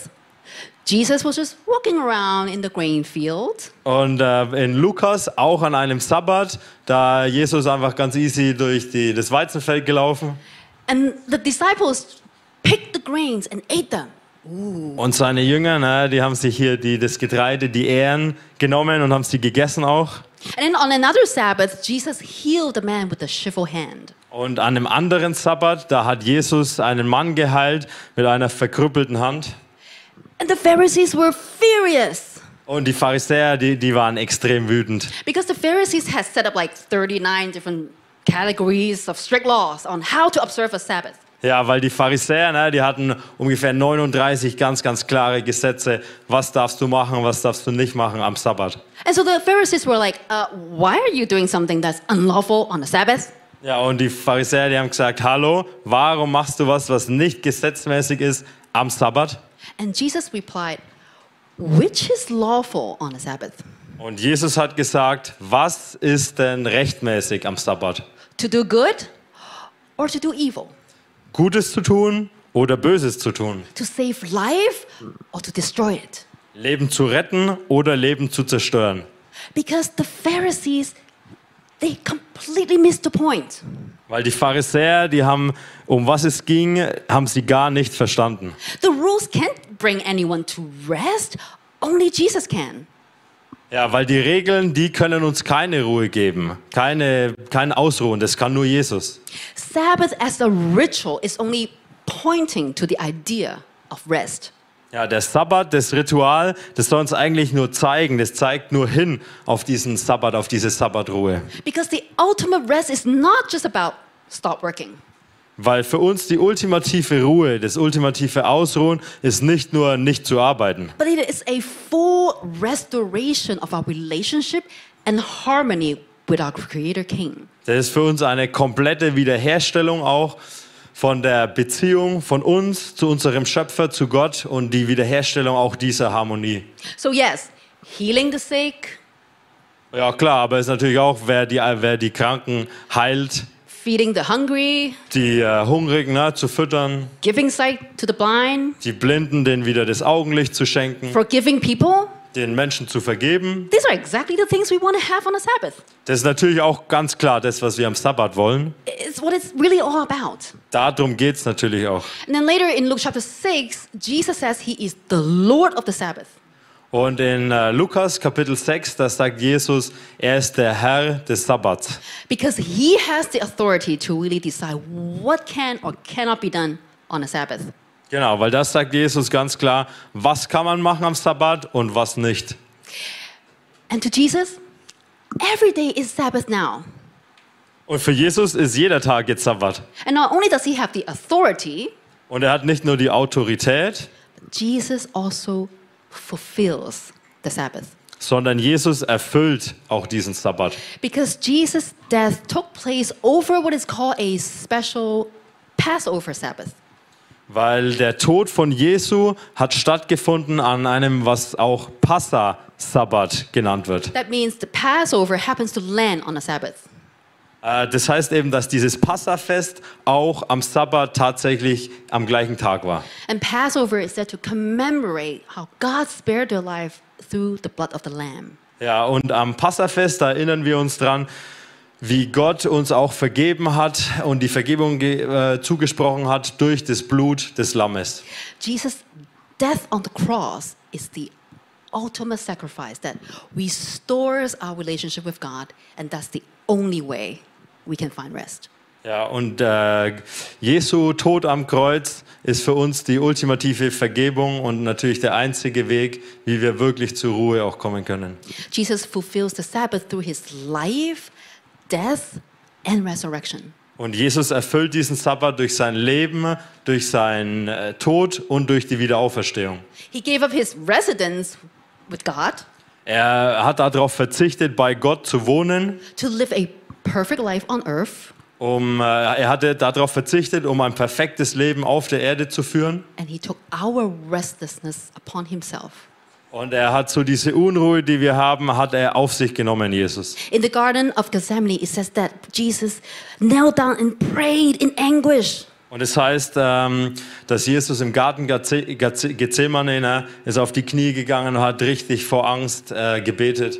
Jesus was just walking around in the grain field. Und äh, in Lukas, auch an einem Sabbat, da Jesus einfach ganz easy durch die, das Weizenfeld gelaufen And the disciples picked the grains and ate them. und seine Jünger, ne, die haben sich hier die, das Getreide, die Ähren genommen und haben sie gegessen auch. And then on another Sabbath, Jesus healed the man with the shriveled hand. Und an einem anderen Sabbat, da hat Jesus einen Mann geheilt mit einer verkrüppelten Hand. And the Pharisees were furious. Und die Pharisäer, die, die waren extrem wütend. Because the Pharisees had set up like 39 different categories of strict laws on how to observe a Sabbath. Ja, weil die Pharisäer, ne, die hatten ungefähr 39 ganz, ganz klare Gesetze. Was darfst du machen, was darfst du nicht machen am Sabbat? And so the Pharisees were like, uh, why are you doing something that's unlawful on the Sabbath? Ja, und die Pharisäer, die haben gesagt, hallo, warum machst du was, was nicht gesetzmäßig ist am Sabbat? And Jesus replied, which is lawful on the Sabbath? Und Jesus hat gesagt, was ist denn rechtmäßig am Sabbat? To do good or to do evil? Gutes zu tun oder Böses zu tun? To save life or to destroy it? Leben zu retten oder Leben zu zerstören? Because the Pharisees, they completely missed the point. Weil die Pharisäer, die haben, um was es ging, haben sie gar nicht verstanden. The rules can't bring anyone to rest, only Jesus can. Ja, weil die Regeln, die können uns keine Ruhe geben, keine, kein Ausruhen, das kann nur Jesus. Sabbath as a ritual is only pointing to the idea of rest. Ja, der Sabbat, das Ritual, das soll uns eigentlich nur zeigen, das zeigt nur hin auf diesen Sabbat, auf diese Sabbatruhe. Because the ultimate rest is not just about stop working. Weil für uns die ultimative Ruhe, das ultimative Ausruhen ist nicht nur nicht zu arbeiten, But it is a full restoration of our relationship and harmony with our Creator King. das ist für uns eine komplette Wiederherstellung auch von der Beziehung von uns zu unserem Schöpfer, zu Gott und die Wiederherstellung auch dieser Harmonie. So, yes, healing the sick, Ja klar, aber es ist natürlich auch, wer die, wer die Kranken heilt, feeding the hungry, die äh, Hungrigen ne, zu füttern, giving sight to the blind, die Blinden denen wieder das Augenlicht zu schenken, forgiving people. den Menschen zu vergeben. These are exactly the things we want to have on a Sabbath. Das ist natürlich auch ganz klar das, was wir am Sabbat wollen. It's what it's really all about. Darum geht's natürlich auch. And then later in Luke chapter 6, Jesus says he is the Lord of the Sabbath. Und in äh, Lukas Kapitel 6, da sagt Jesus, er ist der Herr des Sabbats. Because he has the authority to really decide what can or cannot be done on a Sabbath. Genau, weil das sagt Jesus ganz klar, was kann man machen am Sabbat und was nicht. And to Jesus, every day is Sabbath now. Und für Jesus ist jeder Tag jetzt Sabbat. And not only does he have the authority, Und er hat nicht nur die Autorität, Jesus also fulfills the Sabbath. sondern Jesus erfüllt auch diesen Sabbat. Because Jesus' death took place over what is called a special Passover Sabbath. Weil der Tod von Jesu hat stattgefunden an einem, was auch Passa-Sabbat genannt wird. That means the Passover happens to land on a Sabbath. Äh, Das heißt eben, dass dieses Passafest auch am Sabbat tatsächlich am gleichen Tag war. And Passover is said to commemorate how God spared their life through the blood of the Lamb. Ja, und am Passafest da erinnern wir uns dran, wie Gott uns auch vergeben hat und die Vergebung ge- äh, zugesprochen hat durch das Blut des Lammes. Jesus' death on the cross is the ultimate sacrifice that restores our relationship with God, and that's the only way we can find rest. Ja, und äh, Jesu Tod am Kreuz ist für uns die ultimative Vergebung und natürlich der einzige Weg, wie wir wirklich zur Ruhe auch kommen können. Jesus fulfills the Sabbath through his life, death, and resurrection. Und Jesus erfüllt diesen Sabbat durch sein Leben, durch seinen äh, Tod und durch die Wiederauferstehung. He gave up his residence with God Er hat darauf verzichtet, bei Gott zu wohnen. to live a perfect life on earth, Um, äh, er hatte darauf verzichtet, um ein perfektes Leben auf der Erde zu führen. and he took our restlessness upon himself. Und er hat so diese Unruhe, die wir haben, hat er auf sich genommen, Jesus. In the Garden of Gethsemane, it says that Jesus knelt down and prayed in anguish. Und es heißt, ähm, dass Jesus im Garten Gaze- Gaze- Gethsemane ne, ist auf die Knie gegangen und hat richtig vor Angst äh, gebetet.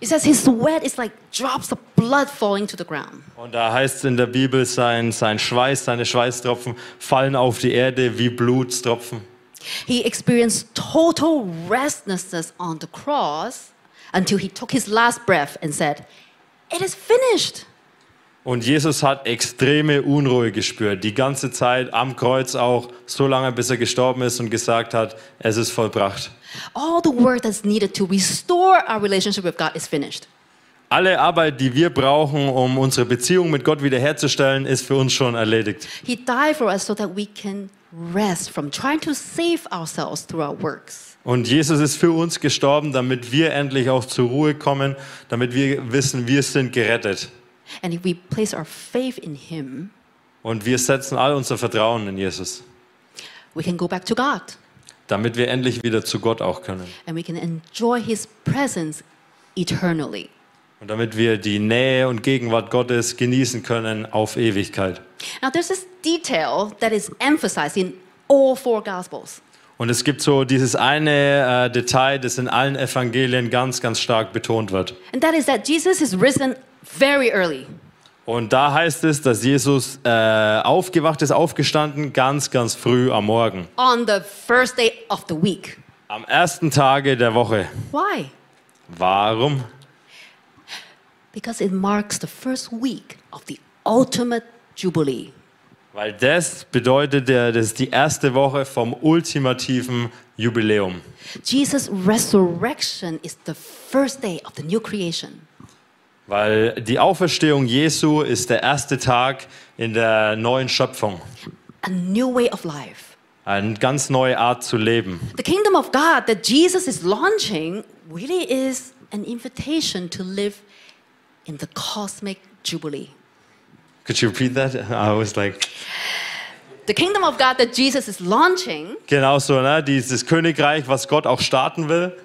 It says his sweat is like drops of blood falling to the ground. Und da heißt es in der Bibel, sein, sein Schweiß, seine Schweißtropfen fallen auf die Erde wie Blutstropfen. He experienced total restlessness on the cross until he took his last breath and said, It is finished. Und Jesus hat extreme Unruhe gespürt, die ganze Zeit am Kreuz auch, so lange bis er gestorben ist und gesagt hat, es ist vollbracht. All the work that's needed to restore our relationship with God is finished. Alle Arbeit, die wir brauchen, um unsere Beziehung mit Gott wiederherzustellen, ist für uns schon erledigt. He died for us so that we can rest from trying to save ourselves through our works. Und Jesus ist für uns gestorben, damit wir endlich auch zur Ruhe kommen, damit wir wissen, wir sind gerettet. And if we place our faith in Him, Und wir setzen all unser Vertrauen in Jesus, we can go back to God damit wir endlich wieder zu Gott auch können. and we can enjoy His presence eternally. Und damit wir die Nähe und Gegenwart Gottes genießen können auf Ewigkeit. Now, there's this detail that is emphasized in all four Gospels. Und es gibt so dieses eine äh, Detail, das in allen Evangelien ganz, ganz stark betont wird. And that is that Jesus is risen very early. Und da heißt es, dass Jesus äh, aufgewacht ist, aufgestanden, ganz, ganz früh am Morgen. on the first day of the week. Am ersten Tage der Woche. Why? Warum? Because it marks the first week of the ultimate jubilee. Weil das bedeutet, der- das ist die erste Woche vom ultimativen Jubiläum. Jesus' resurrection is the first day of the new creation. Weil die Auferstehung Jesu ist der erste Tag in der neuen Schöpfung. A new way of life. Eine ganz neue Art zu leben. The kingdom of God that Jesus is launching really is an invitation to live in the cosmic jubilee. Could you repeat that? I was like. The kingdom of God that Jesus is launching Genau so, ne? Dieses Königreich, was Gott auch starten will,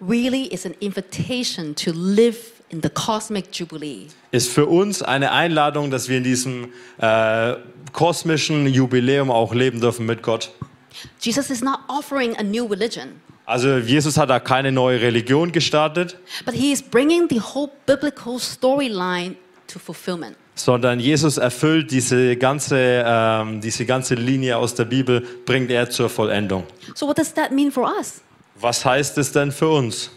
really is an invitation to live in the cosmic jubilee. ist für uns eine Einladung, dass wir in diesem äh, kosmischen Jubiläum auch leben dürfen mit Gott. Jesus is not offering a new religion, Also Jesus hat da keine neue Religion gestartet, but he is bringing the whole biblical storyline to fulfillment. sondern Jesus erfüllt diese ganze, ähm, diese ganze Linie aus der Bibel, bringt er zur Vollendung. So, what does that mean for us? Was heißt es denn für uns?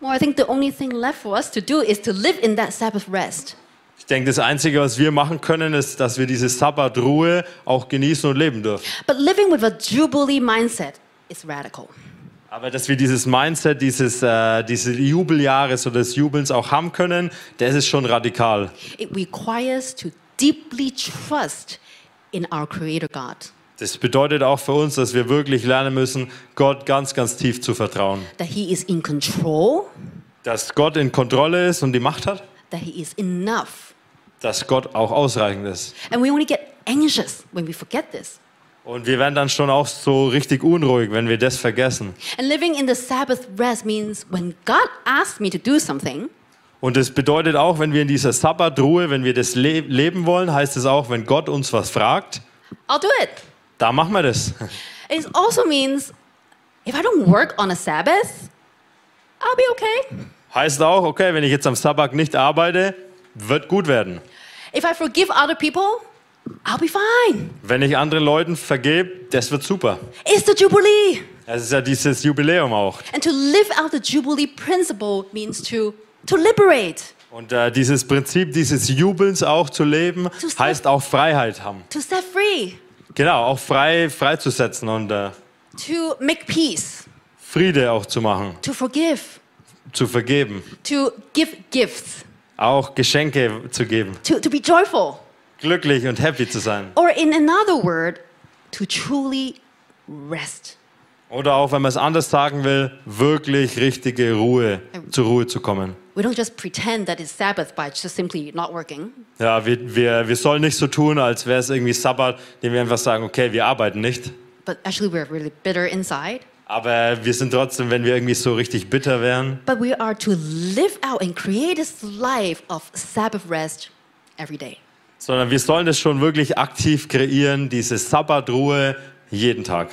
Well, I think the only thing left for us to do is to live in that Sabbath rest. Ich denke, das Einzige, was wir machen können, ist, dass wir diese Sabbatruhe auch genießen und leben dürfen. But living with a Jubilee mindset is radical. Aber dass wir dieses Mindset, dieses, äh, dieses Jubeljahres oder des Jubelns auch haben können, das ist schon radikal. It requires to deeply trust in our Creator God. Das bedeutet auch für uns, dass wir wirklich lernen müssen, Gott ganz, ganz tief zu vertrauen. That He is in control, Dass Gott in Kontrolle ist und die Macht hat, that He is enough. dass Gott auch ausreichend ist. And we only get anxious when we forget this. Und wir werden dann schon auch so richtig unruhig, wenn wir das vergessen. And living in the Sabbath rest means when God asks me to do something, Und das bedeutet auch, wenn wir in dieser Sabbatruhe, wenn wir das le leben wollen, heißt es auch, wenn Gott uns was fragt, I'll do it. da machen wir das. It also means if I don't work on a Sabbath, I'll be okay. Heißt auch, okay, wenn ich jetzt am Sabbat nicht arbeite, wird gut werden. If I forgive other people, I'll be fine. Wenn ich anderen Leuten vergebe, das wird super. It's the Jubilee. Es ist ja dieses Jubiläum auch. And to live out the Jubilee principle means to, to liberate, Und äh, dieses Prinzip dieses Jubelns auch zu leben, Du sagst- heißt auch Freiheit haben. to set free, Genau, auch frei, freizusetzen und äh, to make peace, Friede auch zu machen, to forgive, zu vergeben, to give gifts, auch Geschenke zu geben, to, to be joyful. glücklich und happy zu sein. Or in another word, to truly rest. Oder auch, wenn man es anders sagen will, wirklich richtige Ruhe, zur Ruhe zu kommen. We don't just pretend that it's Sabbath by just simply not working. Ja, wir, wir, wir sollen nicht so tun, als wäre es irgendwie Sabbat, indem wir einfach sagen, okay, wir arbeiten nicht. But actually, we're really bitter inside. Aber wir sind trotzdem, wenn wir irgendwie so richtig bitter wären, But we are to live out and create this life of Sabbath rest every day. sondern wir sollen das schon wirklich aktiv kreieren, diese Sabbatruhe jeden Tag.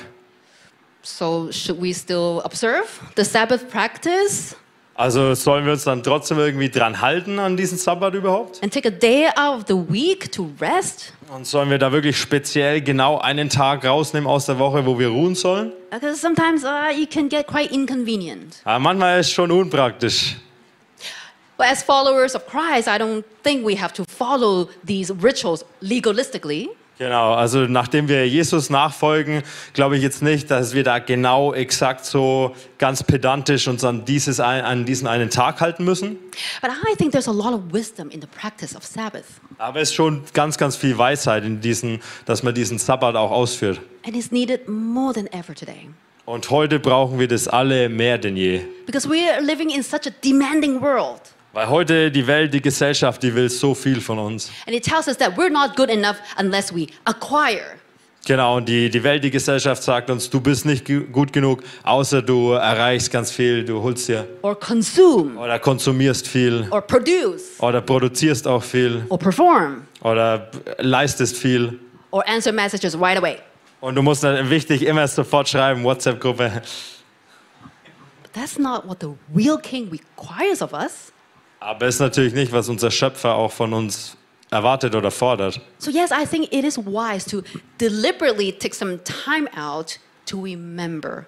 So, should we still observe the Sabbath practice Also sollen wir uns dann trotzdem irgendwie dran halten an diesen Sabbat überhaupt? and take a day out of the week to rest? Und sollen wir da wirklich speziell genau einen Tag rausnehmen aus der Woche, wo wir ruhen sollen? Because uh, Ah, sometimes uh, it can get quite inconvenient. Aber manchmal ist es schon unpraktisch. Well, as followers of Christ, I don't think we have to follow these rituals legalistically. Genau, also nachdem wir Jesus nachfolgen, glaube ich jetzt nicht, dass wir da genau exakt so ganz pedantisch uns an, dieses, ein- an diesen einen Tag halten müssen. But I think there's a lot of wisdom in the practice of Sabbath, Aber es ist schon ganz, ganz viel Weisheit in diesen, dass man diesen Sabbat auch ausführt. and it's needed more than ever today. Und heute brauchen wir das alle mehr denn je. Because we are living in such a demanding world, Weil heute die Welt, die Gesellschaft, die will so viel von uns. and it tells us that we're not good enough unless we acquire. Genau, und die, die Welt, die Gesellschaft sagt uns, du bist nicht gu- gut genug, außer du erreichst ganz viel, du holst dir or consume oder konsumierst viel or produce oder produzierst auch viel or perform oder leistest viel. or answer messages right away. Und du musst dann wichtig immer sofort schreiben, WhatsApp-Gruppe. But that's not what the real king requires of us. Aber ist natürlich nicht, was unser Schöpfer auch von uns erwartet oder fordert. So, yes, I think it is wise to deliberately take some time out to remember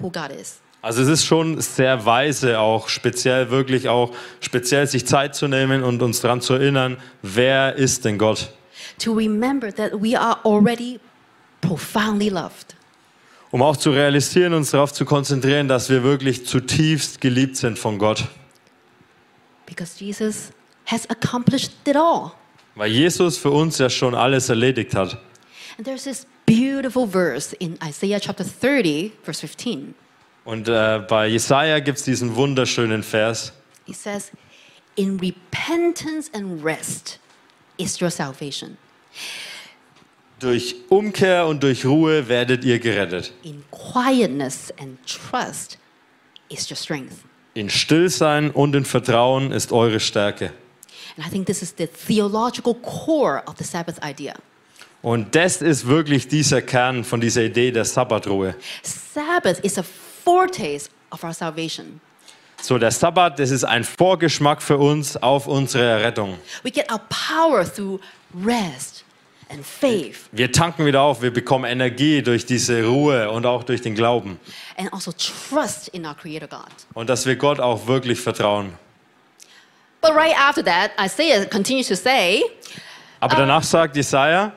who God is. Also es ist schon sehr weise, auch speziell, wirklich auch speziell sich Zeit zu nehmen und uns daran zu erinnern, wer ist denn Gott? To remember that we are already profoundly loved. Um auch zu realisieren, uns darauf zu konzentrieren, dass wir wirklich zutiefst geliebt sind von Gott. Because Jesus has accomplished it all. Weil Jesus für uns ja schon alles erledigt hat. And there's this beautiful verse in Isaiah chapter 30, verse 15. Und äh, bei Jesaja gibt es diesen wunderschönen Vers. He says, In repentance and rest is your salvation. Durch Umkehr und durch Ruhe werdet ihr gerettet. In quietness and trust is your strength. In Stillsein und in Vertrauen ist eure Stärke. And I think this is the theological core of the Sabbath idea. Und das ist wirklich dieser Kern von dieser Idee der Sabbatruhe. Sabbath is a foretaste of our salvation. So, der Sabbat, das ist ein Vorgeschmack für uns auf unsere Rettung. We get our power through rest and faith Wir tanken wieder auf, wir bekommen Energie durch diese Ruhe und auch durch den Glauben. and also trust in our Creator God. Und dass wir Gott auch wirklich vertrauen. But right after that, Isaiah continues to say, Aber danach sagt Jesaja,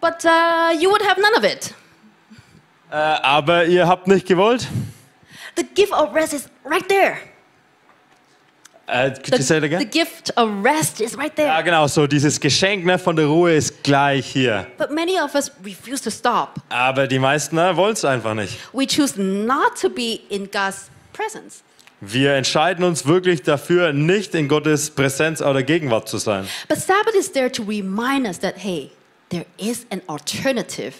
But uh, you would have none of it. äh, aber ihr habt nicht gewollt. The gift of rest is right there. Äh, could The, you say it the again? gift of rest is right there. Ja, genau, so dieses Geschenk ne, von der Ruhe ist gleich hier. But many of us refuse to stop. Aber die meisten ne, wollen es einfach nicht. We choose not to be in God's presence. Wir entscheiden uns wirklich dafür, nicht in Gottes Präsenz oder Gegenwart zu sein. But Sabbath is there to remind us that, hey, there is an alternative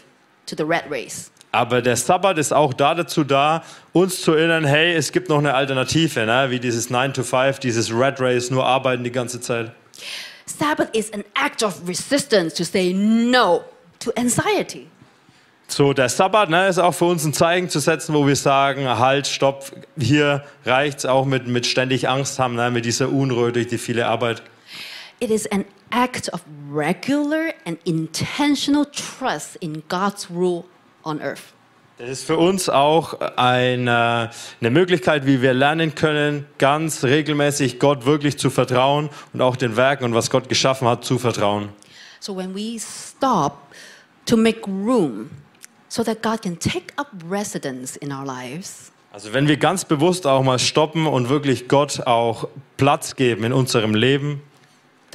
to the rat race. Aber der Sabbat ist auch da dazu da, uns zu erinnern, hey, es gibt noch eine Alternative, ne? wie dieses 9 to 5, dieses Red Race, nur arbeiten die ganze Zeit. Sabbath is an act of resistance to say no to anxiety. So, der Sabbat ne, ist auch für uns ein Zeichen zu setzen, wo wir sagen, halt, stopp, hier reicht's auch mit, mit ständig Angst haben, ne? mit dieser Unruhe durch die viele Arbeit. It is an act of regular and intentional trust in God's rule on earth. Das ist für uns auch eine, eine Möglichkeit, wie wir lernen können, ganz regelmäßig Gott wirklich zu vertrauen und auch den Werken und was Gott geschaffen hat zu vertrauen. So when we stop to make room so that God can take up residence in our lives, Also wenn wir ganz bewusst auch mal stoppen und wirklich Gott auch Platz geben in unserem Leben,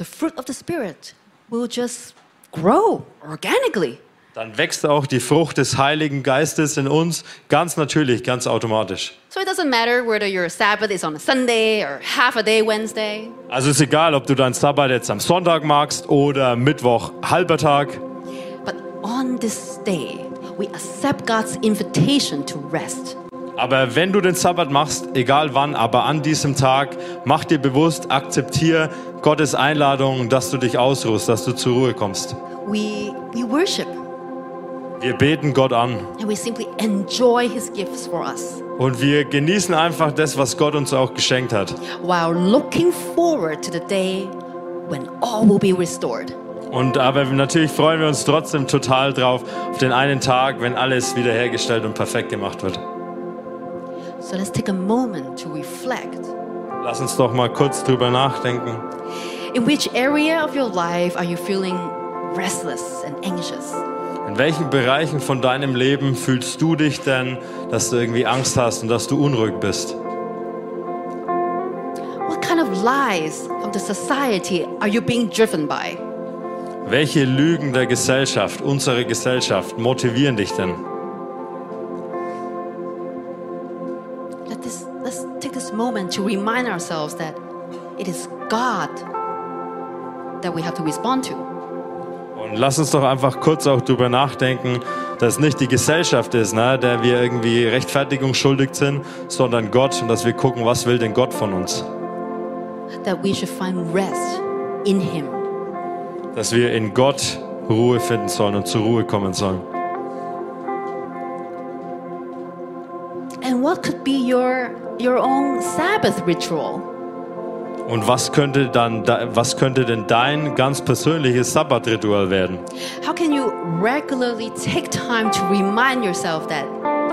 the fruit of the Spirit will just grow organically. dann wächst auch die Frucht des Heiligen Geistes in uns ganz natürlich, ganz automatisch. So it doesn't matter whether your Sabbath is on a Sunday or half a day Wednesday. Also ist egal, ob du deinen Sabbat jetzt am Sonntag magst oder Mittwoch halber Tag. But on this day, we accept God's invitation to rest. Aber wenn du den Sabbat machst, egal wann, aber an diesem Tag, mach dir bewusst, akzeptier Gottes Einladung, dass du dich ausruhst, dass du zur Ruhe kommst. We, we worship Wir beten Gott an and we simply enjoy His gifts for us und wir genießen einfach das, was Gott uns auch geschenkt hat. while looking forward to the day when all will be restored. Und aber natürlich freuen wir uns trotzdem total drauf auf den einen Tag, wenn alles wiederhergestellt und perfekt gemacht wird. So let's take a moment to reflect Lass uns doch mal kurz drüber nachdenken. In which area of your life are you feeling restless and anxious? In welchen Bereichen von deinem Leben fühlst du dich denn, dass du irgendwie Angst hast und dass du unruhig bist? What kind of lies from the society are you being driven by? Welche Lügen der Gesellschaft, unsere Gesellschaft, motivieren dich denn? Let this, let's take this moment to remind ourselves that it is God that we have to respond to. Und lass uns doch einfach kurz auch drüber nachdenken, dass es nicht die Gesellschaft ist, ne, der wir irgendwie Rechtfertigung schuldig sind, sondern Gott und dass wir gucken, was will denn Gott von uns? That we should find rest in Him. Dass wir in Gott Ruhe finden sollen und zur Ruhe kommen sollen. And what could be your your own Sabbath ritual? Und was könnte dann, de- was könnte denn dein ganz persönliches Sabbatritual werden? How can you regularly take time to remind yourself that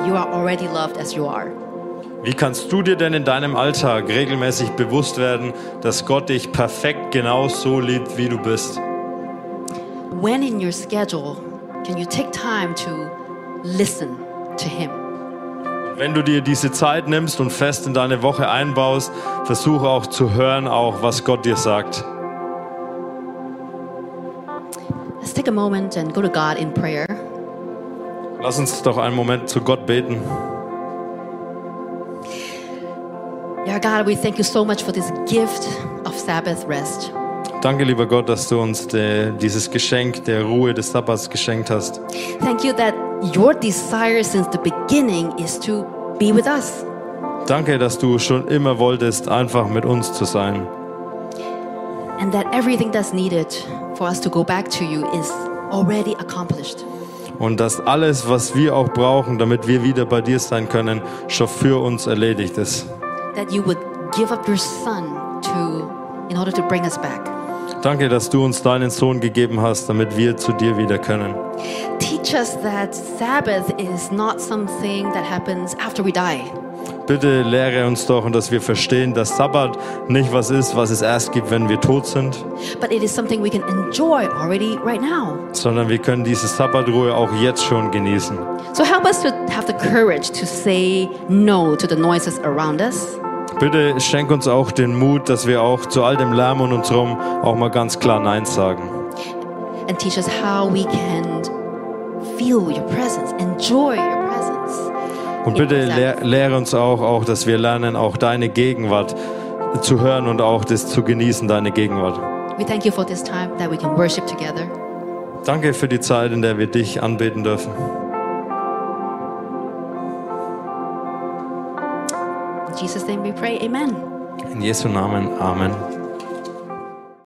you are already loved as you are? Wie kannst du dir denn in deinem Alltag regelmäßig bewusst werden, dass Gott dich perfekt genau so liebt, wie du bist? When in your schedule can you take time to listen to Him? Wenn du dir diese Zeit nimmst und fest in deine Woche einbaust, versuche auch zu hören, auch was Gott dir sagt. Let's take a moment and go to God in prayer. Lass uns doch einen Moment zu Gott beten. Yeah, God, we thank you so much for this gift of Sabbath rest. Danke, lieber Gott, dass du uns de, dieses Geschenk der Ruhe des Sabbats geschenkt hast. Thank you that your desire since the beginning is to be with us. Danke, dass du schon immer wolltest, einfach mit uns zu sein. and that everything that's needed for us to go back to you is already accomplished. Und dass alles, was wir auch brauchen, damit wir wieder bei dir sein können, schon für uns erledigt ist. That you would give up your son to in order to bring us back. Danke, dass du uns deinen Sohn gegeben hast, damit wir zu dir wieder können. Teach us that Sabbath is not something that happens after we die, Bitte lehre uns doch, und dass wir verstehen, dass Sabbat nicht was ist, was es erst gibt, wenn wir tot sind, but it is something we can enjoy already right now. sondern wir können diese Sabbatruhe auch jetzt schon genießen. So help us to have the courage to say no to the noises around us, Bitte schenk uns auch den Mut, dass wir auch zu all dem Lärm um uns herum auch mal ganz klar Nein sagen. and teach us how we can feel your presence, enjoy your presence, Und bitte lehr, lehre uns auch, auch, dass wir lernen, auch deine Gegenwart zu hören und auch das zu genießen, deine Gegenwart. We thank you for this time that we can worship together. Danke für die Zeit, in der wir dich anbeten dürfen. In Jesus' name we pray, amen. In Jesu Namen. Amen.